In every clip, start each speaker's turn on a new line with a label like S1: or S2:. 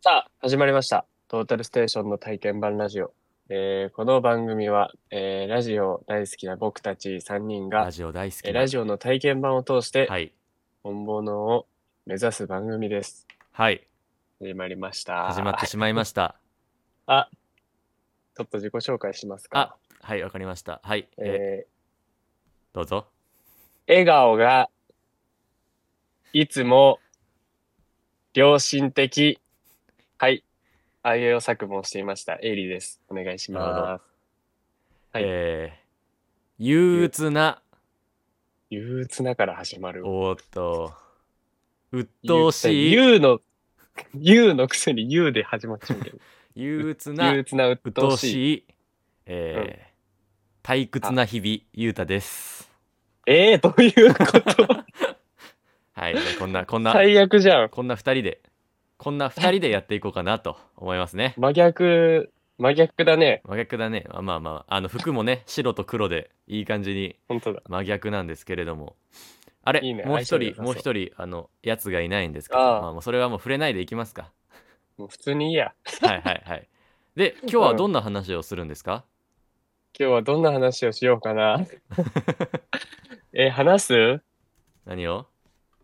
S1: さあ、始まりました。トータルステーションの体験版ラジオ。えーこの番組は、えーラジオ大好きな僕たち3人が
S2: ラ、ジオ大好き
S1: えー
S2: な。
S1: ラジオの体験版を通して、
S2: はい。
S1: 本物を目指す番組です。
S2: はい。
S1: 始まりました。
S2: 始まってしまいました。
S1: あ、ちょっと自己紹介しますか。
S2: はい、わかりました。はい。え
S1: え
S2: どうぞ。
S1: ー笑顔が、いつも、良心的。はい。あいうえお作文をしていました。エイリーです。お願いし
S2: なるほ
S1: ます。はい
S2: えー憂鬱な、
S1: 憂鬱なから始まる。
S2: おーっと、鬱陶しい、
S1: 言うの、言うのくせに言うで始まっちゃうけど。
S2: 憂鬱な
S1: 憂、鬱な鬱
S2: 鬱
S1: 陶
S2: 陶
S1: しい。
S2: しい、えー退屈な日々、ゆうたです。
S1: ええー、どういうこと
S2: はい、じゃあこんな、 こんな、
S1: 最悪じゃん。
S2: こんな二人で、こんな二人でやっていこうかなと思いますね。
S1: 真逆、真逆だね。
S2: 真逆だね。まあまあまあ、あの服もね、白と黒でいい感じに
S1: 本当だ。
S2: 真逆なんですけれどもあれ
S1: いいね
S2: もう一
S1: 相性良さ
S2: 人
S1: そう
S2: もう一人あのやつがいないんですけど
S1: ああ
S2: まあ、もうそれはもう触れないでいきま すか
S1: もう普通にいいや。
S2: はいはいはいで今日はどんな話をするんですか、
S1: 今日はどんな話をしようか な。えー、話す
S2: 何を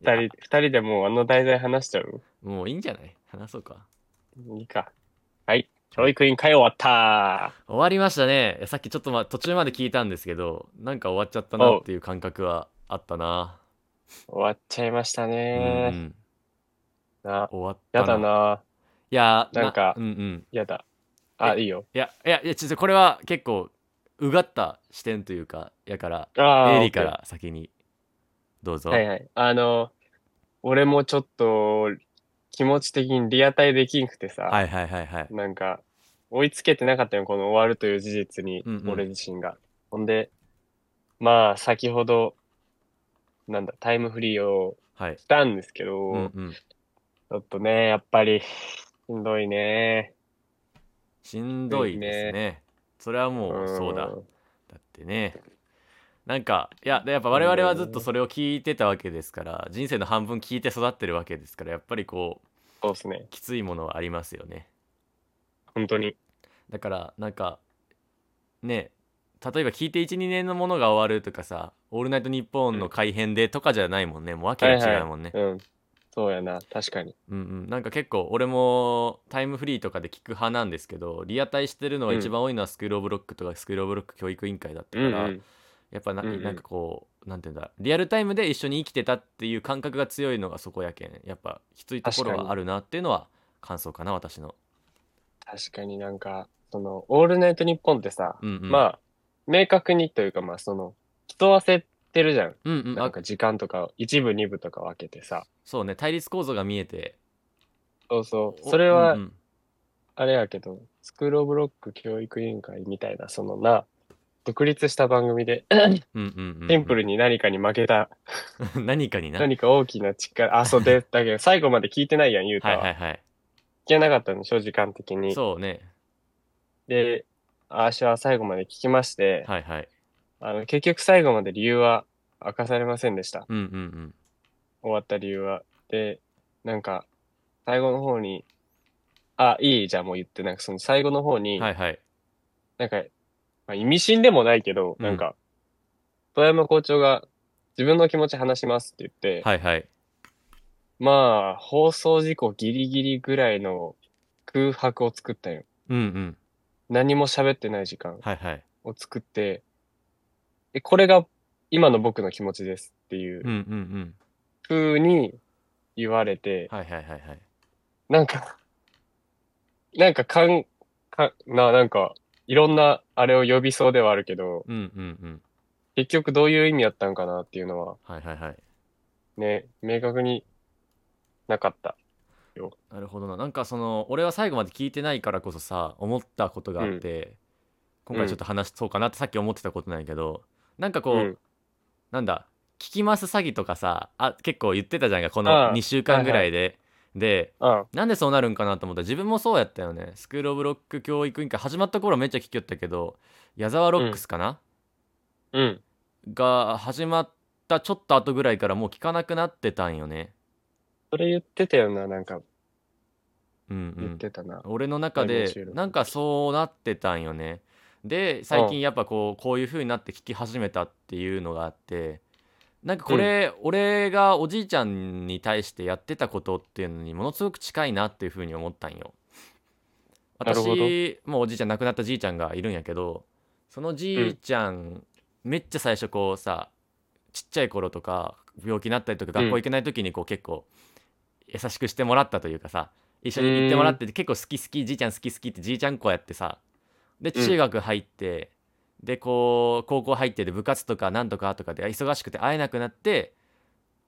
S1: 二
S2: いや
S1: 人、二人でもうあの題材話しちゃう
S2: もういいんじゃない話そうか
S1: いいか。はい。教育委員会終わった
S2: 終わりましたねいやさっきちょっと、ま、途中まで聞いたんですけどなんか終わっちゃったなっていう感覚はあったな、
S1: 終わっちゃいました
S2: うんう
S1: ね。
S2: ん、
S1: な、
S2: 終わった
S1: やだない
S2: や
S1: なんか
S2: うんうん
S1: やだ。あ、
S2: え
S1: いいよ。
S2: いやいやいやちょっとこれは結構うがった視点というかやから
S1: あー
S2: エイリーか
S1: オッケー
S2: ら先にどうぞ、
S1: はいはい。あの、俺もちょっと気持ち的にリアタイできんくてさ、
S2: はいはいはいはい。
S1: なんか追いつけてなかったよ、この終わるという事実に
S2: うんう、ん
S1: 俺自身が。ほんで、まあ先ほど、なんだ、タイムフリーを
S2: はい。
S1: したんですけど、
S2: うんうん。
S1: ちょっとね、やっぱりしんどいね。
S2: しんどいですね。それはもうそうだ。だ
S1: ん
S2: ってね。なんか、いや、でやっぱ我々はずっとそれを聞いてたわけですから、人生の半分聞いて育ってるわけですから、やっぱりこう、
S1: そうですね。
S2: きついものはありますよね。
S1: 本当に。
S2: だから、なんか、ね、例えば聞いて1、2年のものが終わるとかさ、オールナイトニッポンの改編でとかじゃないもんね。もう訳が違うもんね。
S1: うん。そうやな。確かに。
S2: うんうん、なんか結構俺もタイムフリーとかで聞く派なんですけどリアタイしてるのが一番多いのはスクール・オブ・ロックとかスクール・オブ・ロック教育委員会だった
S1: う
S2: か
S1: ん、
S2: ら、
S1: うん。
S2: やっぱな,、
S1: うんうん
S2: なんかこうなんていうんだリアルタイムで一緒に生きてたっていう感覚が強いのがそこやけんやっぱきついところ
S1: 確か
S2: は
S1: に
S2: あるなっていうのは感想かな私の。
S1: 確かになんか、その、オールナイトニッポンってさ、
S2: うんうん、あ、
S1: まあ、明確にというか、まあ、その、人焦ってるじゃん。
S2: うんうん、
S1: なん
S2: あ
S1: か時間とか、一部、二部とか分けてさ。
S2: そうね対立構造が見えて
S1: そうそう。
S2: お
S1: それは
S2: うんう、ん
S1: あれやけど、スクールオブロック教育委員会みたいな、そのな、独立した番組で、
S2: うんうんうんうん
S1: シンプルに何かに負けた、
S2: 何かにな。
S1: 何か大きな力、あ、そう で、だけど、最後まで聞いてないやん、言うた
S2: はい
S1: は。
S2: はいはい。
S1: 聞けなかったの、正時間的に。
S2: そうね。
S1: で、あーしは最後まで聞きまして、
S2: はいはい。
S1: あの、結局最後まで理由は明かされませんでした。
S2: うんうんうん。
S1: 終わった理由は。で、なんか、最後の方に、あ、いいじゃん、もう言って、なんかその最後の方に、
S2: はいはい。
S1: なんか、まあ、意味深でもないけど、
S2: うん
S1: なんか、富山校長が自分の気持ち話しますって言って、
S2: はいはい。
S1: まあ、放送事故ギリギリぐらいの空白を作ったよ。
S2: うんうん。
S1: 何も喋ってない時間
S2: はいはい。
S1: を作って、え、これが今の僕の気持ちですってい
S2: うん
S1: う
S2: うんうん。
S1: 風に言われて、
S2: はいはいはいはい。
S1: なんか、なんかかん、か、な、なんか、いろんなあれを呼びそうではあるけど、
S2: うんうんうん。
S1: 結局どういう意味やったんかなっていうのは、
S2: はいはいはい。
S1: ね、明確になかった。
S2: なるほどな。なんかその、俺は最後まで聞いてないからこそさ、思ったことがあって、今回ちょっと話そうかなってさっき思ってたことなんやけど、なんかこう、
S1: うん
S2: なんだ、聞きます詐欺とかさ、あ、結構言ってたじゃんか、こ
S1: あ
S2: の
S1: あ
S2: 2週間ぐらいで。で、
S1: あ
S2: なんでそうなるんかなと思ったら自分もそうやったよね。スクール・オブ・ロック教育委員会始まった頃めっちゃ聞きよったけど、矢沢ロックスかな、
S1: うん。
S2: が始まったちょっと後ぐらいからもう聞かなくなってたんよね。
S1: それ言ってたよな、なんか、
S2: うんう
S1: 言っ
S2: ん、
S1: てたな。
S2: 俺の中
S1: ライブの
S2: で
S1: 収録
S2: なんかそうなってたんよねで最近やっぱこうこういう風になって聞き始めたっていうのがあってなんかこれ、俺がおじいちゃんに対してやってたことっていうのにものすごく近いなっていう風に思ったんよ
S1: なるほど
S2: 私もうおじいちゃん亡くなったじいちゃんがいるんやけどそのじいちゃん、めっちゃ最初こうさちっちゃい頃とか病気になったりとか
S1: うん
S2: 学校行けない時にこう結構優しくしてもらったというかさ一緒に行ってもらってて結構好き好きじいちゃん好き好きってじいちゃん子やってさで
S1: うん
S2: 中学入って、でこう高校入ってで部活とかなんとかとかで忙しくて会えなくなって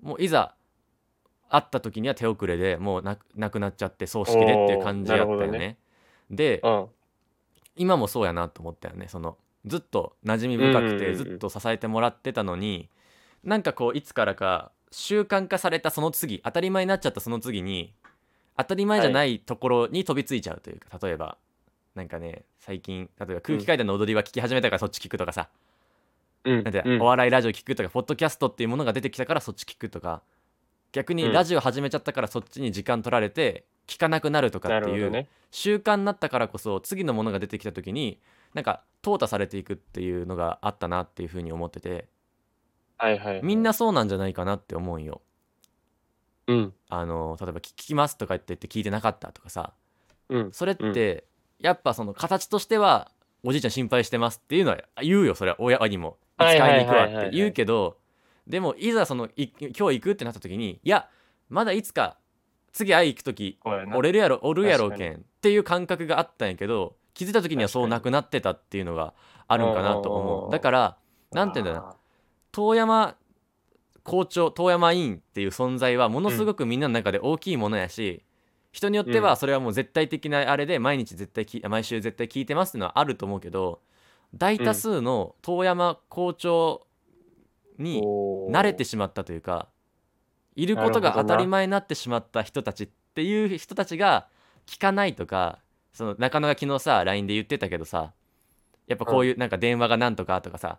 S2: もういざ会った時には手遅れでもうなくなくなっちゃって葬式でっていう感じやった
S1: おーなる
S2: よ
S1: ほど
S2: ね。
S1: ね
S2: で
S1: うん。
S2: 今もそうやなと思ったよねそのずっと馴染み深く
S1: うんうんう
S2: て
S1: ん
S2: ずっと支えてもらってたのになんかこういつからか習慣化されたその次当たり前になっちゃったその次に当たり前じゃないところに飛びついちゃうというか、例えばなんかね最近例えば空気階段の踊りは聞き始めたからそっち聞くとかさ、
S1: うん。
S2: なんて
S1: うん
S2: お笑いラジオ聞くとかポッドキャストっていうものが出てきたからそっち聞くとか逆
S1: う
S2: に
S1: ん
S2: ラジオ始めちゃったからそっちに時間取られて聞かなくなるとか
S1: な
S2: っ
S1: る
S2: て
S1: ほ
S2: い
S1: ど
S2: う
S1: ね。
S2: 習慣になったからこそ次のものが出てきた時になんか淘汰されていくっていうのがあったなっていうふうに思ってて
S1: はいはい。
S2: みん、なそうなんじゃないかなって思うんよ。
S1: うん。
S2: あの例えば「聞きます」とか言って言って聞いてなかったとかさ
S1: うん。
S2: それってやっぱその形としては「おじいちゃん心配してます」っていうのは言うよそれは親にも「
S1: は
S2: 使
S1: いはいい
S2: に行く
S1: はいはい
S2: わ」っ
S1: は
S2: て
S1: い
S2: 言うけどでもいざそのい今日行くってなった時に「いやまだいつか次会い行く時
S1: そうやな。
S2: おれるやろおるやろ
S1: 確かに
S2: けんっていう感覚があったんやけど気づいた時にはそうなくなってたっていうのがあるんかなと
S1: おー
S2: 思
S1: おー
S2: うだからなんて言うんだろうな遠山校長遠山委員っていう存在はものすごくみんなの中で大きいものやし、人によって
S1: う
S2: は
S1: ん
S2: それはもう絶対的なあれで毎日絶対き毎週絶対聞いてますっていうのはあると思うけど大多数の遠山校長に、慣
S1: 慣
S2: れてしまったというかいることが
S1: なるほど
S2: 当
S1: な
S2: たり前になってしまった人たちっていう人たちが聞かないとかその中野が昨日さ LINE で言ってたけどさやっぱこういうなんか電話がなんとかとかさ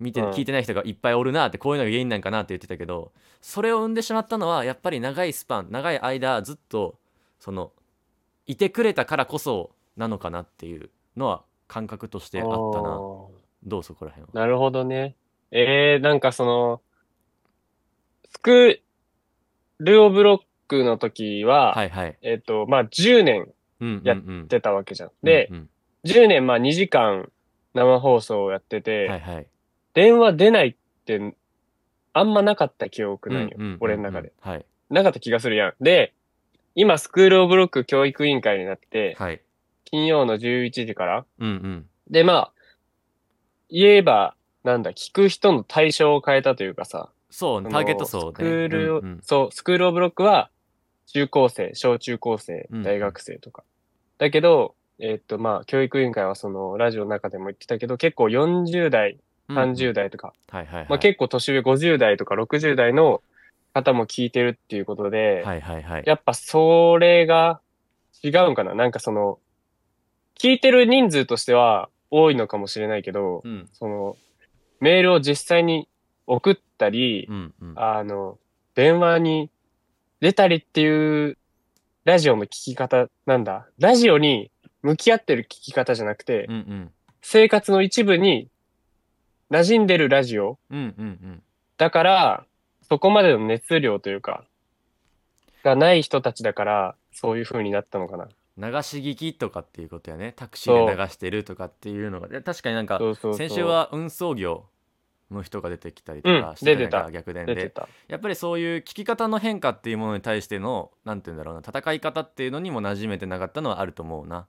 S2: 見て
S1: うん
S2: 聞いてない人がいっぱいおるなってこういうのが原因なんかなって言ってたけどそれを生んでしまったのはやっぱり長いスパン長い間ずっとそのいてくれたからこそなのかなっていうのは感覚としてあったな
S1: おー
S2: どうそこら辺は。
S1: なるほどね。えー、なんかその、スクールオブロックの時は、
S2: はいはい。
S1: えっ、と、まあ、10年
S2: うんうんうん、
S1: や出たわけじゃん。で、
S2: うんうん
S1: 10年、まあ、2時間生放送をやってて、
S2: はいはい、
S1: 電話出ないって、あんまなかった記憶なんよ。
S2: うんうんうんうん
S1: 俺の中で。。
S2: はい。
S1: なかった気がするやん。で、今、スクールオブロック教育委員会になって、
S2: はい。
S1: 金曜の11時から、
S2: うんうん。
S1: で、まあ、言えば、なんだ、聞く人の対象を変えたというかさ、
S2: そ
S1: そ
S2: う、タ
S1: の
S2: ーゲット層ね。
S1: スクールを、
S2: うんうん
S1: そう、スクールオブロックは、中高生、小中高生
S2: うんう、ん
S1: 大学生とか。だけど、えっと、まあ、教育委員会はその、ラジオの中でも言ってたけど、結構40代、
S2: うん
S1: 30代とか、
S2: はいはいはい。
S1: まあ、結構年上50代とか60代の方も聞いてるっていうことで、
S2: はいはいはい。
S1: やっぱそれが違うんかななんかその、聞いてる人数としては多いのかもしれないけど、
S2: うん
S1: その、メールを実際に送ったり
S2: う、んうん。
S1: あの、電話に出たりっていう、ラジオの聞き方なんだ。ラジオに向き合ってる聞き方じゃなくて
S2: うん、うん。
S1: 生活の一部に馴染んでるラジオ。
S2: うんうんうん。
S1: だから、そこまでの熱量というか、がない人たちだから、そういう風になったのかな。
S2: 流し聞きとかっていうことやね。タクシーで流してるとかっていうのが。いや確かになんか、
S1: そうそうそう。
S2: 先週は運送業の人が出てきたりとか
S1: うん
S2: して
S1: 出て
S2: た
S1: た
S2: やんか逆転
S1: 出て
S2: で。
S1: た。
S2: やっぱりそういう聞き方の変化っていうものに対しての、なんて言うんだろうな、戦い方っていうのにも馴染めてなかったのはあると思うな。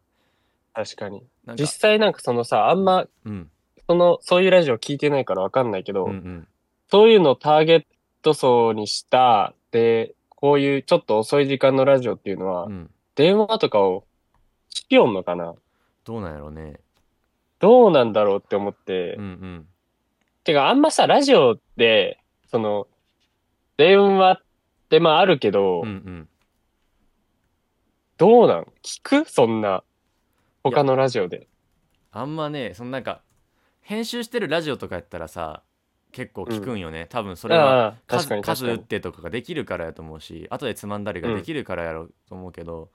S1: 確かに。
S2: なんか
S1: 実、際なんかそのさ、あんま、
S2: うん。
S1: その、そういうラジオ聞いてないからわかんないけど、
S2: うんうん。
S1: そういうのをターゲット層にした、で、こういうちょっと遅い時間のラジオっていうのは、
S2: うん。
S1: 電話とかをしてよんのかな
S2: どうなんやろうね。
S1: どうなんだろうって思って、
S2: うんうん。
S1: てかあんまさ、ラジオで、その、電話ってまああるけど、
S2: うんうん。
S1: どうなん聞くそんな。他のラジオで。
S2: あんまねそのなんか編集してるラジオとかやったらさ結構聞くんよね、多分それは
S1: ああ、確
S2: 数
S1: かに確
S2: 数
S1: か
S2: 打っ
S1: に。
S2: てとかができるからやと思うし後でつまんだりができるからやろうと思うけど、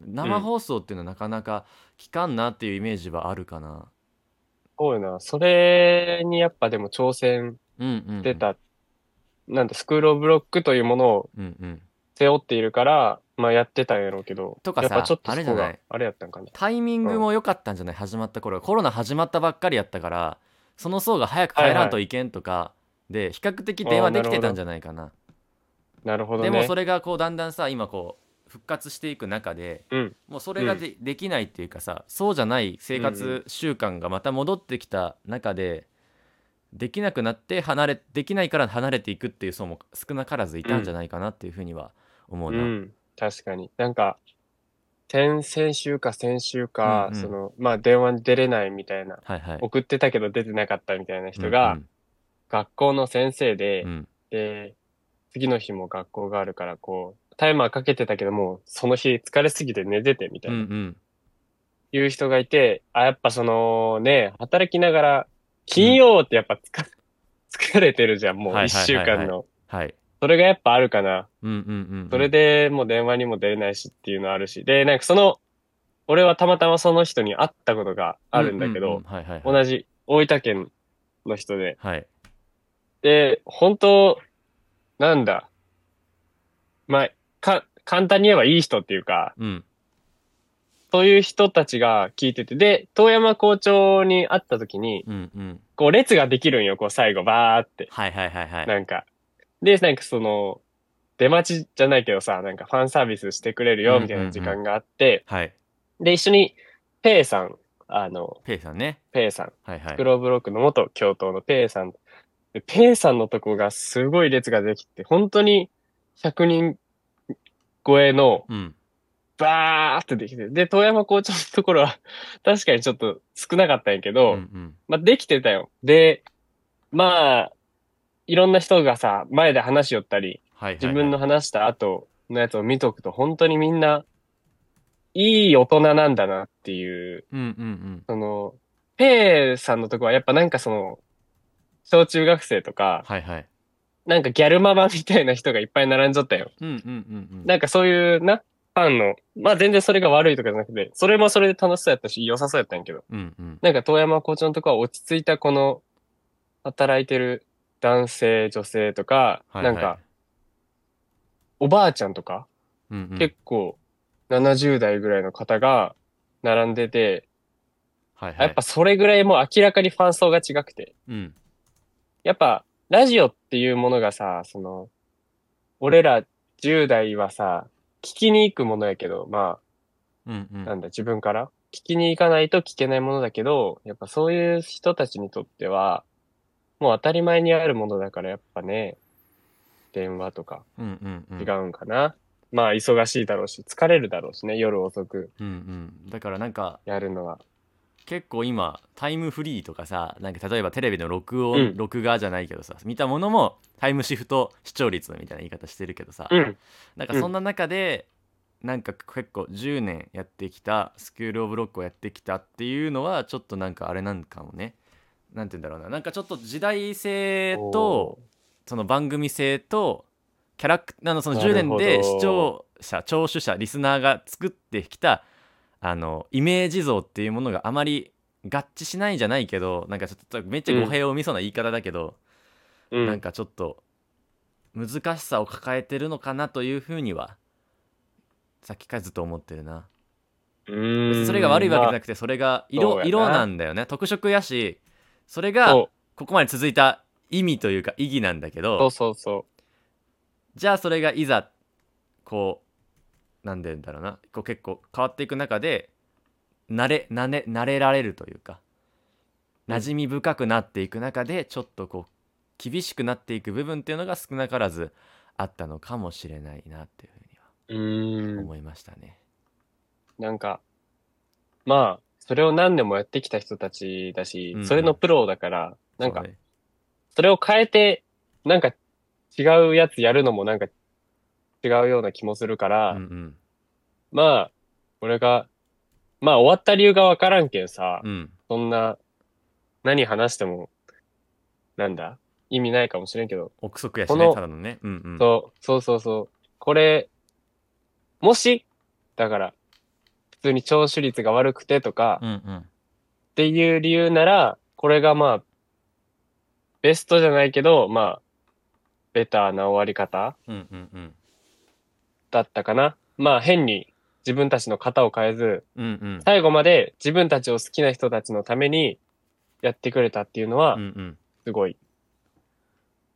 S2: 生放送っていうのはなかなか聞かんなっていうイメージはあるかな。
S1: そうよな。それにやっぱでも挑戦
S2: うんうん、うん。
S1: して。た、なんて、スクールオブロックというものを
S2: うんうん。
S1: 背負っているから、まあやってたんやろうけど、
S2: とか
S1: や
S2: さ
S1: っぱちょっと
S2: あれ
S1: そ
S2: じゃ
S1: こ
S2: ない
S1: があれやったんかな。
S2: タイミングも良かったんじゃない、始まった頃コロナ始まったばっかりやったからその層が早く帰らんといけんとか、で比較的電話できてたんじゃないかな
S1: なるほど
S2: でも
S1: ね
S2: そ。れがこうだんだんさ今こう復活していく中で
S1: うん。
S2: もうそれがで,、できないっていうかさそうじゃない生
S1: うんう
S2: 活習慣がまた戻ってきた中で、できなくなって離れできないから離れていくっていう層も少なからずいたんじゃないかなっていうふうには思う
S1: う
S2: な。
S1: ん。確かに。なんか、先、先週か先週か、
S2: うんうん
S1: その、まあ電話に出れないみたいな、
S2: はいはい、
S1: 送ってたけど出てなかったみたいな人が、学校の先生で、
S2: うんうん
S1: で、次の日も学校があるから、こう、タイマーかけてたけどもう、その日疲れすぎて寝ててみた
S2: う
S1: い
S2: んう
S1: な、
S2: ん
S1: いう人がいて、あ、やっぱそのね、働きながら、金曜ってやっぱ疲,、 疲れてるじゃん、も
S2: は
S1: う
S2: い
S1: 一
S2: はい
S1: 週
S2: はいはい
S1: 間の。
S2: はい
S1: それがやっぱあるかな。
S2: うんうんうんうん、
S1: それでもう電話にも出れないしっていうのあるし。で、なんかその、俺はたまたまその人に会ったことがあるんだけ
S2: ううう
S1: ど、
S2: はいはいはい、
S1: 同じ大分県の人で、
S2: はい、
S1: で、本当、なんだ。まあ、か、簡単に言えばいい人っていうか、
S2: うん、
S1: そういう人たちが聞いてて、で、遠山校長に会った時に、
S2: うん、うん、
S1: こう列ができるんよ、こう最後、バーって。
S2: はいはいはいはい。
S1: なんか。で、なんかその、出待ちじゃないけどさ、なんかファンサービスしてくれる
S2: うんう
S1: よ、
S2: んうん
S1: みたいな時間があって、
S2: はい、
S1: で、一緒に、ペイさん、あの、
S2: ペイさんね。
S1: ペイさん、
S2: はいはい。
S1: クローブロックの元教頭のペイさん。でペイさんのとこがすごい列ができて、本当に100人超えの
S2: うん、
S1: バーってできて、で、遠山校長のところは確かにちょっと少なかったんやけ
S2: うん、
S1: ど、
S2: うん、
S1: まあできてたよ。で、まあ、いろんな人がさ、前で話しよったり、
S2: はいはいはい。
S1: 自分の話した後のやつを見とくと、本当にみんな、いい大人なんだなっていう
S2: うん、うん、うん。
S1: その、ペイさんのとこはやっぱなんかその、小中学生とか、
S2: はいはい。
S1: なんかギャルママみたいな人がいっぱい並んじゃったよ。
S2: うん、うん、うん、うん。
S1: なんかそういうな、ファンの、まあ全然それが悪いとかじゃなくて、それもそれで楽しそうやったし、良さそうやったんやけど、
S2: うん、うん。
S1: なんか遠山校長のとこは落ち着いたこの、働いてる男性、女性とか、
S2: はい
S1: なん
S2: は
S1: か、おばあちゃんとか、
S2: い、うん、うん。
S1: 結構、70代ぐらいの方が並んでて、
S2: はいはい。
S1: やっぱ、それぐらいもう明らかにファン層が違くて、
S2: うん、
S1: やっぱ、ラジオっていうものがさ、その、俺ら10代はさ、聞きに行くものやけど、ま
S2: うん、う
S1: あ、
S2: ん。
S1: なんだ、自分から聞きに行かないと聞けないものだけど、やっぱそういう人たちにとっては、もう当たり前にあるものだから、やっぱね、電話とか
S2: うん、うん、うん。
S1: 違うんかな。まあ、忙しいだろうし、疲れるだろうしね、夜遅く
S2: うん、うん。だからなんか、
S1: やるのは。
S2: 結構今タイムフリーとかさなんか例えばテレビの録音、
S1: うん
S2: 録画じゃないけどさ見たものもタイムシフト視聴率みたいな言い方してるけどさ、
S1: うん、
S2: なんかそんな中で、なんか結構10年やってきたスクール・オブ・ロックをやってきたっていうのはちょっとなんかあれなんかもねなんて言うんだろうななんかちょっと時代性とその番組性とキャラクターのその10
S1: なる
S2: 年
S1: ほど
S2: で視聴者聴取者リスナーが作ってきたあのイメージ像っていうものがあまり合致しないじゃないけどなんかちょっとめっちゃ語弊を生みそうな言い方だけど、
S1: おー、う
S2: なん
S1: ん、
S2: かちょっと難しさを抱えてるのかなというふうにはさっきからずっと思ってるな
S1: うーん
S2: それが悪いわけじゃ
S1: ま
S2: なくてそれが
S1: そう
S2: 色
S1: やな
S2: 色なんだよね特色やしそれ
S1: あ
S2: が
S1: そ
S2: ここまで続いた意味というか意義なんだけ
S1: うそ
S2: ど
S1: うそうそう。
S2: じゃあそれがいざこうなんでだろうなこう結構変わっていく中で慣れ慣れ慣れられるというか
S1: うん
S2: 馴染み深くなっていく中でちょっとこう厳しくなっていく部分っていうのが少なからずあったのかもしれないなっていうふうに
S1: うー
S2: は
S1: ん。
S2: 思いましたね。
S1: なんか、まあ、それを何年もやってきた人たちだし
S2: う、んうん
S1: それのプロだから、なん
S2: そ
S1: か
S2: う、ね
S1: それを変えて、なんか違うやつやるのもなんか違うような気もするか
S2: う
S1: ら、
S2: んうん
S1: まあ、俺が、まあ終わった理由がわからんけんさ、
S2: うん
S1: そんな、何話しても、なんだ意味ないかもしれんけど、
S2: 憶測やし
S1: こ
S2: ね
S1: の
S2: ただのね。うんうん
S1: そう、そうそうそう。これ、もし、だから、通に聴取率が悪くてとか、っ
S2: うんうん
S1: ていう理由なら、これがまあ、ベストじゃないけど、まあ、ベターな終わり方
S2: うんうんうん
S1: だったかな。まあ、変に自分たちの型を変えず、
S2: うんうん
S1: 最後まで自分たちを好きな人たちのためにやってくれたっていうのは
S2: うん、うん
S1: すごい、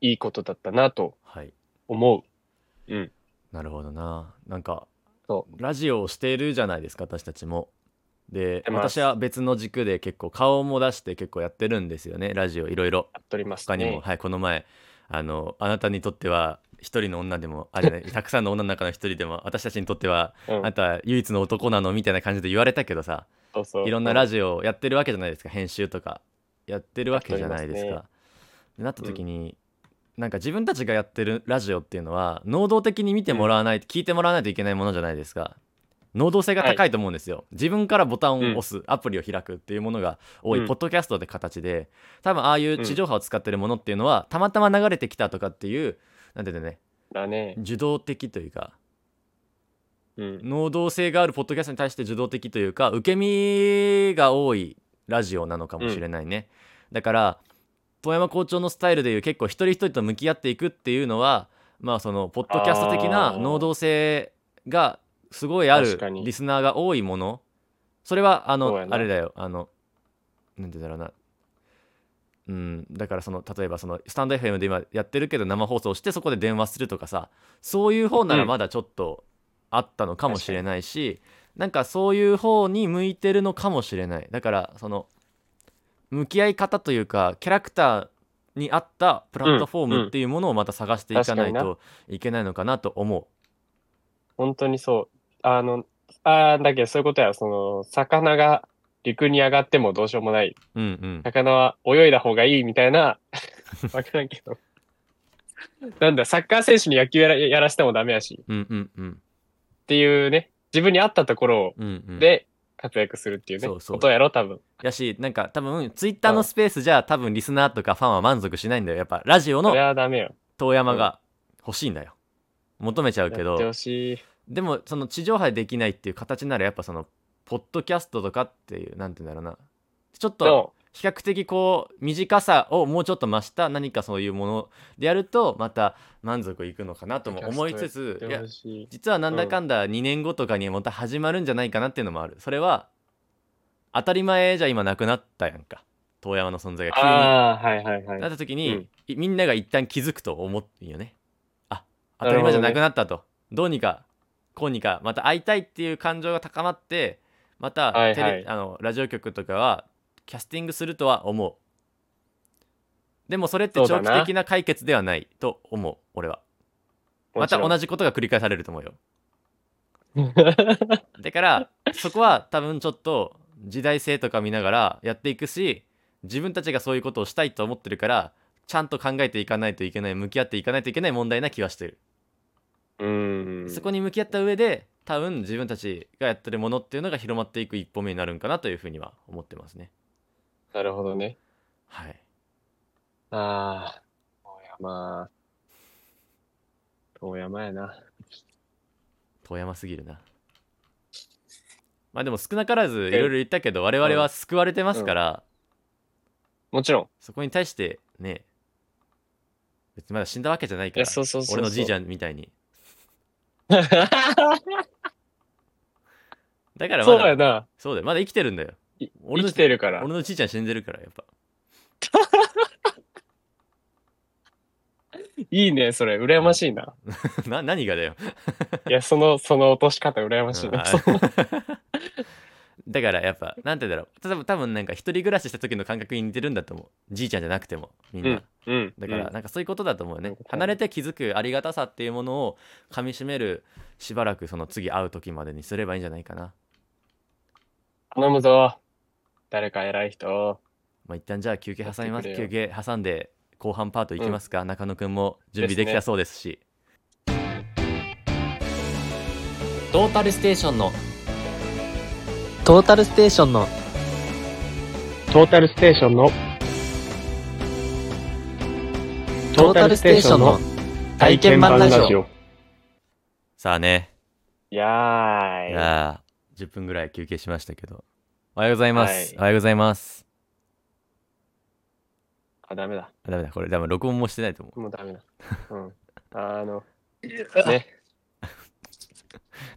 S1: いいことだったなと
S2: はい
S1: 思う。
S2: なるほどななんか
S1: そ
S2: ラジオをしているじゃないですか私たちもで
S1: てます
S2: 私は別の軸で結構顔も出して結構やってるんですよねラジオいろいろ
S1: やっております
S2: 他にも、
S1: ね。
S2: はい、この前あのあなたにとっては一人の女でも あれ、ね、たくさんの女の中の一人でも私たちにとっては
S1: うん
S2: あんた唯一の男なのみたいな感じで言われたけどさ
S1: そうそう
S2: いろんなラジオをやってるわけじゃないですか編集とかやってるわけじゃないです
S1: やっ
S2: か。でなった時に、なんか自分たちがやってるラジオっていうのは能動的に見てもらわない、聞いてもらわないといけないものじゃないですか。能動性が高いと思うんですよ、自分からボタンを押す、アプリを開くっていうものが多い、
S1: うん
S2: ポッドキャストって形で多分ああいう地上波を使ってるものっていうのは、たまたま流れてきたとかっていうなんていうんだよね
S1: だね。
S2: 受動的というか
S1: うん。
S2: 能動性があるポッドキャストに対して受動的というか受け身が多いラジオなのかもしれないね、だから遠山校長のスタイルでいう結構一人一人と向き合っていくっていうのはまあそのポッドキャスト的
S1: あ
S2: な
S1: ー
S2: 能動性がすごいある
S1: 確かに
S2: リスナーが多いものそれはあ
S1: そう
S2: の
S1: やな
S2: あれだよあのなんて言うんだろうなうん、だからその例えばそのスタンド FM で今やってるけど生放送してそこで電話するとかさそういう方なら
S1: うん
S2: まだちょっとあったのかもしれないし、なんかそういう方に向いてるのかもしれないだからその向き合い方というかキャラクターに合ったプラットフォームっていうものをまた探していかない
S1: うんう
S2: といけないのかなと思
S1: 本当にそう。あの、あーだけどそういうことや、その、魚が陸に上がってもどうしようもない。
S2: う。うんうん、
S1: 魚は泳いだ方がいいみたい な、わからんけど。なんだ、サッカー選手に野球やらやらしてもダメやし、っ
S2: うんうんうん
S1: ていうね、自分に合ったところ
S2: うんうん
S1: で活躍するっていうね、
S2: そうそう
S1: ことやろ、多分。
S2: やしなんか多分ツイッターのスペースじゃ多分リスナーとかファンは満足しないんだよやっぱラジオ
S1: そ
S2: の
S1: れはダメよ。
S2: 遠山が欲しいんだよ求めちゃうけ
S1: や
S2: ど
S1: ってほしい。
S2: でもその地上波でできないっていう形ならやっぱそのポッドキャストとかっていうなんて言うんだろうなちょっと
S1: そ
S2: 比較的こう短さをもうちょっと増した何かそういうものでやるとまた満足いくのかなとも思いつつ
S1: う、やって
S2: いや
S1: ほしい。
S2: 実はなんだかんだ2年後とかにまた始まるんじゃないかなっていうのもあるそれは当たり前じゃ今なくなったやんか遠山の存在が急に
S1: ああ、はいはいはい。
S2: なった時に、
S1: うん
S2: いみんなが一旦気づくと思うんよねあ当たり前じゃなくなったとど,、うにかこうにかまた会いたいっていう感情が高まってまた
S1: はいはい
S2: テレ、あのラジオ局とかはキャスティングするとは思うでもそれって
S1: そう
S2: 長
S1: だな
S2: 期的な解決ではないと思う俺はまた同じことが繰り返されると思うよ
S1: じ。
S2: だからそこは多分ちょっと時代性とか見ながらやっていくし自分たちがそういうことをしたいと思ってるからちゃんと考えていかないといけない向き合っていかないといけない問題な気はしてる、
S1: うん。
S2: そこに向き合った上で多分自分たちがやってるものっていうのが広まっていく一歩目になるんかなというふうには思ってますね
S1: なるほどね。
S2: はい
S1: ああ、遠山。遠山やな。
S2: 遠山すぎるなまあでも少なからずいろいろ言ったけど我々は救われてますから、
S1: もちろん。
S2: そこに対してね別にまだ死んだわけじゃない
S1: い
S2: か
S1: や、
S2: ら
S1: そうそうそうそう。
S2: 俺のじいち
S1: ゃん。
S2: ゃんみた いにだから
S1: そ
S2: ま
S1: うや
S2: だ
S1: な。
S2: そうだよまだ生きてるんだよ
S1: い
S2: 俺
S1: 生
S2: の
S1: きてるから
S2: 俺。のじいちゃん死んでるからやっぱ
S1: いいね、それ。羨ましいな。
S2: な何がだよ
S1: いや、その、その落とし方、羨ましい
S2: うん
S1: な。
S2: あ
S1: そう
S2: だからやっぱなんて言うんだろう多分多分なんか一人暮らしした時の感覚に似てるんだと思うじいちゃんじゃなくてもみんな、
S1: うん。
S2: だからなんかそういうことだと思うね、
S1: うん
S2: 離れて気づくありがたさっていうものをかみしめるしばらくその次会う時までにすればいいんじゃないかな
S1: 頼むぞ。誰か偉い人。
S2: まあ一旦じゃあ休憩挟みます
S1: やって
S2: 休憩挟んで後半パートいきますか、中野くんも準備できたそうですしトータルステーションの
S3: トータルステーションの
S1: トータルステーションの。
S3: トータルステーションの体験版ラジオ。
S1: オ。
S2: さあね
S1: やーい。
S2: いや10分ぐらい休憩しましたけどおはようございます、
S1: はい
S2: おはようございます
S1: あ、ダメだ。
S2: あダメだこれ多分録音もしてないと思う
S1: もう ダメだ。うん。あの、ね。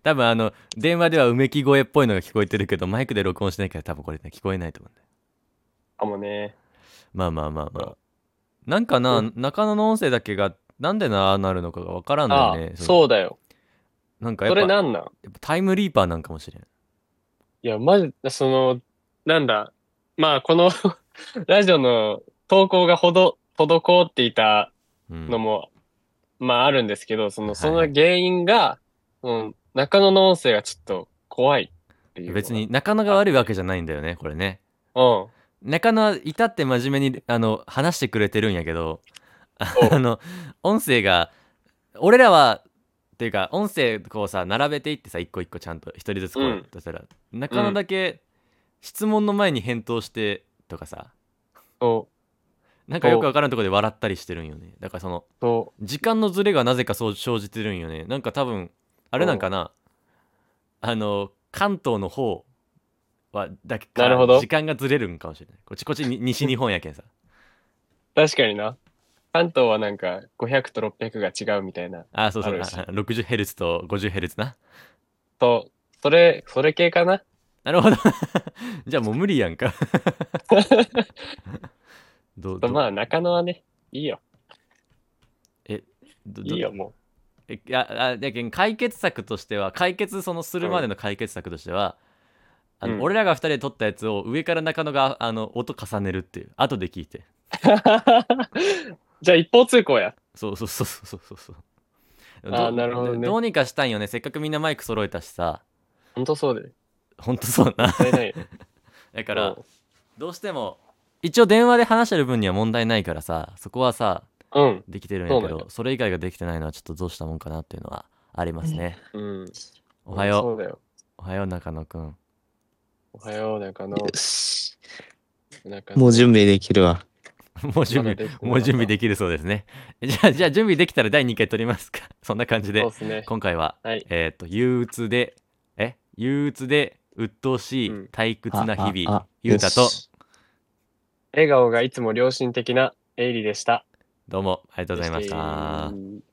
S2: 多分あの電話ではうめき声っぽいのが聞こえてるけどマイクで録音しないから多分これ、ね、聞こえないと思うんだよ
S1: あ、もうね。
S2: まあまあまあま
S1: う
S2: あなんかな、
S1: う
S2: 中野の音声だけがなんでなああなるのかがわからん
S1: あ
S2: のよねう
S1: そうだよ。
S2: なんかや
S1: そ
S2: っぱ
S1: れなんなん
S2: やっぱタイムリーパーなんかもしれん
S1: いや、まじ、その、なんだ。まあ、この、 ラジオの投稿がほど、滞っていた
S2: うん
S1: のも、まああるんですけど、その、その
S2: はい
S1: 原因が、うん、中野の音声がちょっと怖いっていう。
S2: 別に。中野が悪いわけじゃないんだよねこれね
S1: うん。
S2: 中野は至って真面目にあの話してくれてるんやけどあ
S1: お
S2: あの音声が俺らはっていうか音声こうさ並べていってさ一個一個ちゃんと一人ずつこう
S1: う
S2: や
S1: ん
S2: ったら、中野だけ質問の前に返答してとかさ
S1: そう、
S2: なんかよくわからんとこで笑ったりしてるんよねだからその
S1: そ
S2: 時間のズレがなぜかそう生じてるんよねなんか多分あれなんかなあの関東の方はだけ
S1: なるほど
S2: 時間がずれるんかもしれないこっちこっちに西日本やけんさ
S1: う。確かにな。関東はなんか、500と600が違うみたいな。
S2: あ、そうそ
S1: あ
S2: う。
S1: る
S2: あ
S1: し
S2: 60Hz と 50Hz な。
S1: そう。それ、それ系かな
S2: なるほど。 じゃあもう無理やん か。どうどう
S1: まあ、中野はね、いいよ。
S2: どど
S1: いいよ、も
S2: えいやあだけん解決策としては、解決そのするまでの解決策としては、あの
S1: うん
S2: 俺らが2人で撮ったやつを上から中野があの音重ねるっていう、後で聞いて。
S1: う。 じゃあ、一方通行や。
S2: そうそうそうそうそうそう。
S1: あーなるほどね
S2: どうにかしたいよね。せっかくみんなマイク揃えたしさ。
S1: ほんとそうで。
S2: ほんとそうな。
S1: 絶対ないよ。
S2: だから
S1: う、ん
S2: どうしても一応電話で話してる分には問題ないからさそこはさ
S1: うん。
S2: できてるんやけ
S1: そう
S2: ど
S1: だ
S2: それ以外ができてないのはちょっとどうしたもんかなっていうのはありますね、
S1: うん。
S2: おはよう
S1: そうだよ。
S2: おはよう中野くん
S1: おはよう、中野。
S3: よし。
S1: 中野
S3: もう準備できるわ。
S2: もう準
S1: まだ
S2: 備
S1: できてなかった
S2: もう準備できるそうですね じゃあじゃあ準備できたら第2回撮りますか そんな感じで
S1: そうですね。
S2: 今回は、
S1: はい
S2: えっ、と憂鬱でえ憂鬱で鬱陶しい
S1: うん
S2: 退屈な日
S3: あ
S2: 々、
S3: ああ
S2: ゆうたと
S3: よし
S1: 笑顔がいつも良心的なエイリでした。
S2: どうもありがとうございました
S1: えー